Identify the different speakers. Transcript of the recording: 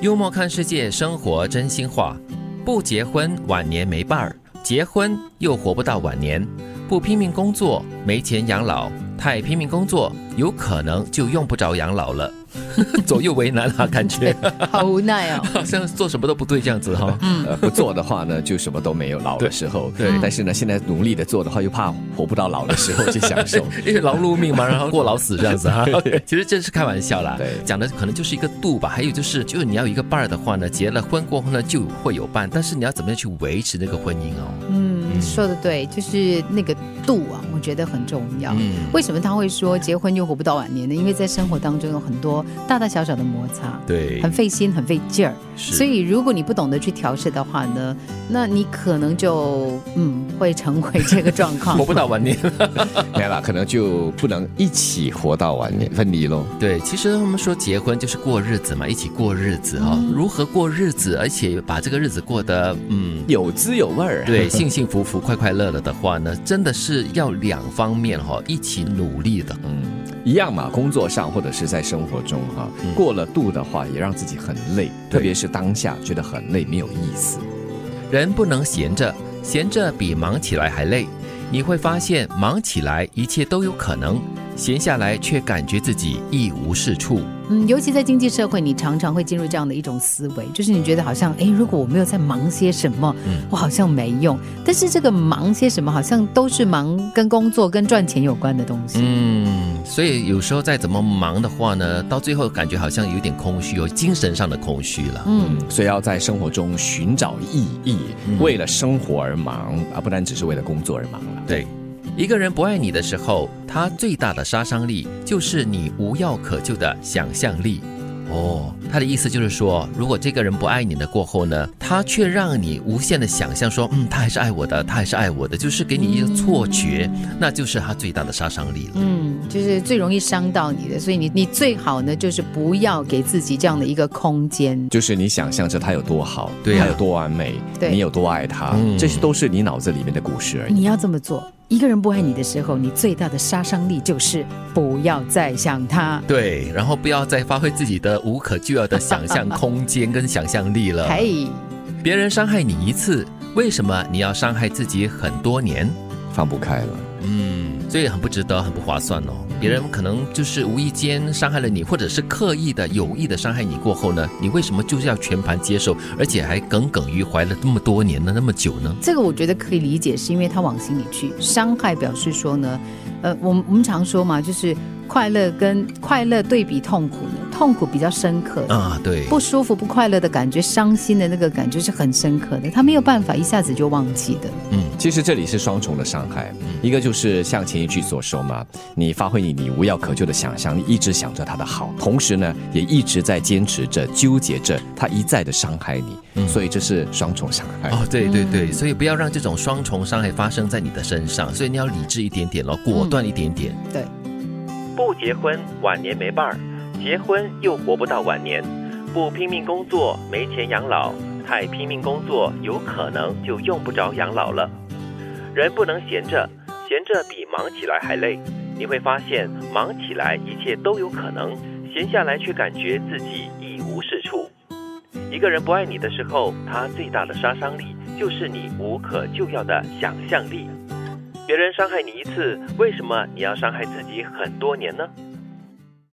Speaker 1: 幽默看世界，生活真心话。不结婚晚年没伴儿，结婚又活不到晚年。不拼命工作没钱养老，太拼命工作有可能就用不着养老了。 左右为难啊，感 觉
Speaker 2: 好无 奈哦。
Speaker 1: 好像做什么都不对这样子哈、
Speaker 2: 嗯，
Speaker 3: 呃，不做的话呢，就什么都没有，老的时候。
Speaker 1: 对
Speaker 3: 但是呢，现在努力的做的话，又怕活不到老的时候去 享受。
Speaker 1: 因为劳碌命嘛，然后过劳死这样子 哈、其实这是开玩笑啦，
Speaker 3: 对
Speaker 1: 讲的可能就是一个度吧。还有就是，就是你要有一个伴儿的话呢，结了婚过后呢就会有伴，但是你要怎么样去维持那个婚姻哦？
Speaker 2: 嗯，说的对，就是那个度啊，我觉得很重要。
Speaker 1: 嗯，
Speaker 2: 为什么他会说结婚又活不到晚年呢？因为在生活当中有很多大大小小的摩擦，
Speaker 1: 对
Speaker 2: 很，费心，很费劲儿。
Speaker 1: 是
Speaker 2: 所以如果你不懂得去调试的话呢，那你可能就嗯会成为这个状 况
Speaker 1: 活。不到晚年。
Speaker 3: 没了，可能就不能一起活到晚年，分离喽。
Speaker 1: 对，其实我们说结婚就是过日子嘛，一起过日子哈、
Speaker 2: 嗯
Speaker 1: 如何过日子，而且把这个日子过得嗯。
Speaker 3: 有滋有味儿。啊
Speaker 1: 对，幸幸福福、快快乐乐的话呢，真的是要两方面哈、一起努力的。
Speaker 3: 嗯，一样嘛，工作上或者是在生活中哈、
Speaker 1: 嗯
Speaker 3: 过了度的话，也让自己很累，
Speaker 1: 对
Speaker 3: 特别是当下觉得很累，没有意思。
Speaker 1: 人不能闲着，闲着比忙起来还累。你会发现，忙起来一切都有可能，闲下来却感觉自己一无是处。
Speaker 2: 嗯，尤其在经济社会，你常常会进入这样的一种思维，就是你觉得好像，诶，如果我没有在忙些什么，
Speaker 1: 嗯
Speaker 2: 我好像没用。但是这个忙些什么，好像都是忙跟工作、跟赚钱有关的东西。
Speaker 1: 嗯，所以有时候再怎么忙的话呢，到最后感觉好像有点空虚哦，精神上的空虚了。
Speaker 2: 嗯，
Speaker 3: 所以要在生活中寻找意义，
Speaker 1: 嗯
Speaker 3: 为了生活而忙，而不单只是为了工作而忙了。
Speaker 1: 对，一个人不爱你的时候，他最大的杀伤力就是你无药可救的想象力。哦，他的意思就是说，如果这个人不爱你了过后呢，他却让你无限的想象说，嗯，他还是爱我的，他还是爱我的，就是给你一个错觉，那就是他最大的杀伤力了。
Speaker 2: 嗯，就是最容易伤到你的，所以你你最好呢，就是不要给自己这样的一个空间。
Speaker 3: 就是你想象着他有多好，
Speaker 1: 对啊
Speaker 3: 他有多完美，
Speaker 2: 对
Speaker 3: 你有多爱他，
Speaker 1: 嗯
Speaker 3: 这些都是你脑子里面的故事而已。
Speaker 2: 你要这么做，一个人不爱你的时候，你最大的杀伤力就是不要再想他。
Speaker 1: 对，然后不要再发挥自己的无可救药的想象空间跟想象力了。
Speaker 2: 嘿，
Speaker 1: 别人伤害你一次，为什么你要伤害自己很多年？
Speaker 3: 放不开了，
Speaker 1: 嗯，所以很不值得，很不划算哦。
Speaker 2: 嗯
Speaker 1: 别人可能就是无意间伤害了你，或者是刻意的、有意的伤害你过后呢，你为什么就是要全盘接受，而且还耿耿于怀了这么多年呢，那么久呢？
Speaker 2: 这个我觉得可以理解，是因为他往心里去。伤害表示说呢，呃，我们我们常说嘛，就是快乐跟快乐对比痛苦呢，痛苦比较深刻。
Speaker 1: 啊，对，
Speaker 2: 嗯不舒服、不快乐的感觉，伤心的那个感觉是很深刻的，他没有办法一下子就忘记的。
Speaker 1: 嗯，
Speaker 3: 其实这里是双重的伤害，一个就是像前一句所说嘛，你发挥你你无药可救的想象力，一直想着他的好，同时呢，也一直在坚持着、纠结着，他一再的伤害你，
Speaker 1: 嗯
Speaker 3: 所以这是双重伤害。
Speaker 1: 哦，对对
Speaker 2: 嗯
Speaker 1: 对，所以不要让这种双重伤害发生在你的身上，所以你要理智一点点咯，果
Speaker 2: 嗯
Speaker 1: 断一点点。
Speaker 2: 对，
Speaker 1: 不结婚晚年没伴儿，结婚又活不到晚年，不拼命工作没钱养老，太拼命工作有可能就用不着养老了。人不能闲着，闲着比忙起来还累。你会发现，忙起来一切都有可能，闲下来却感觉自己一无是处。一个人不爱你的时候，他最大的杀伤力就是你无可救药的想象力。别人伤害你一次，为什么你要伤害自己很多年呢？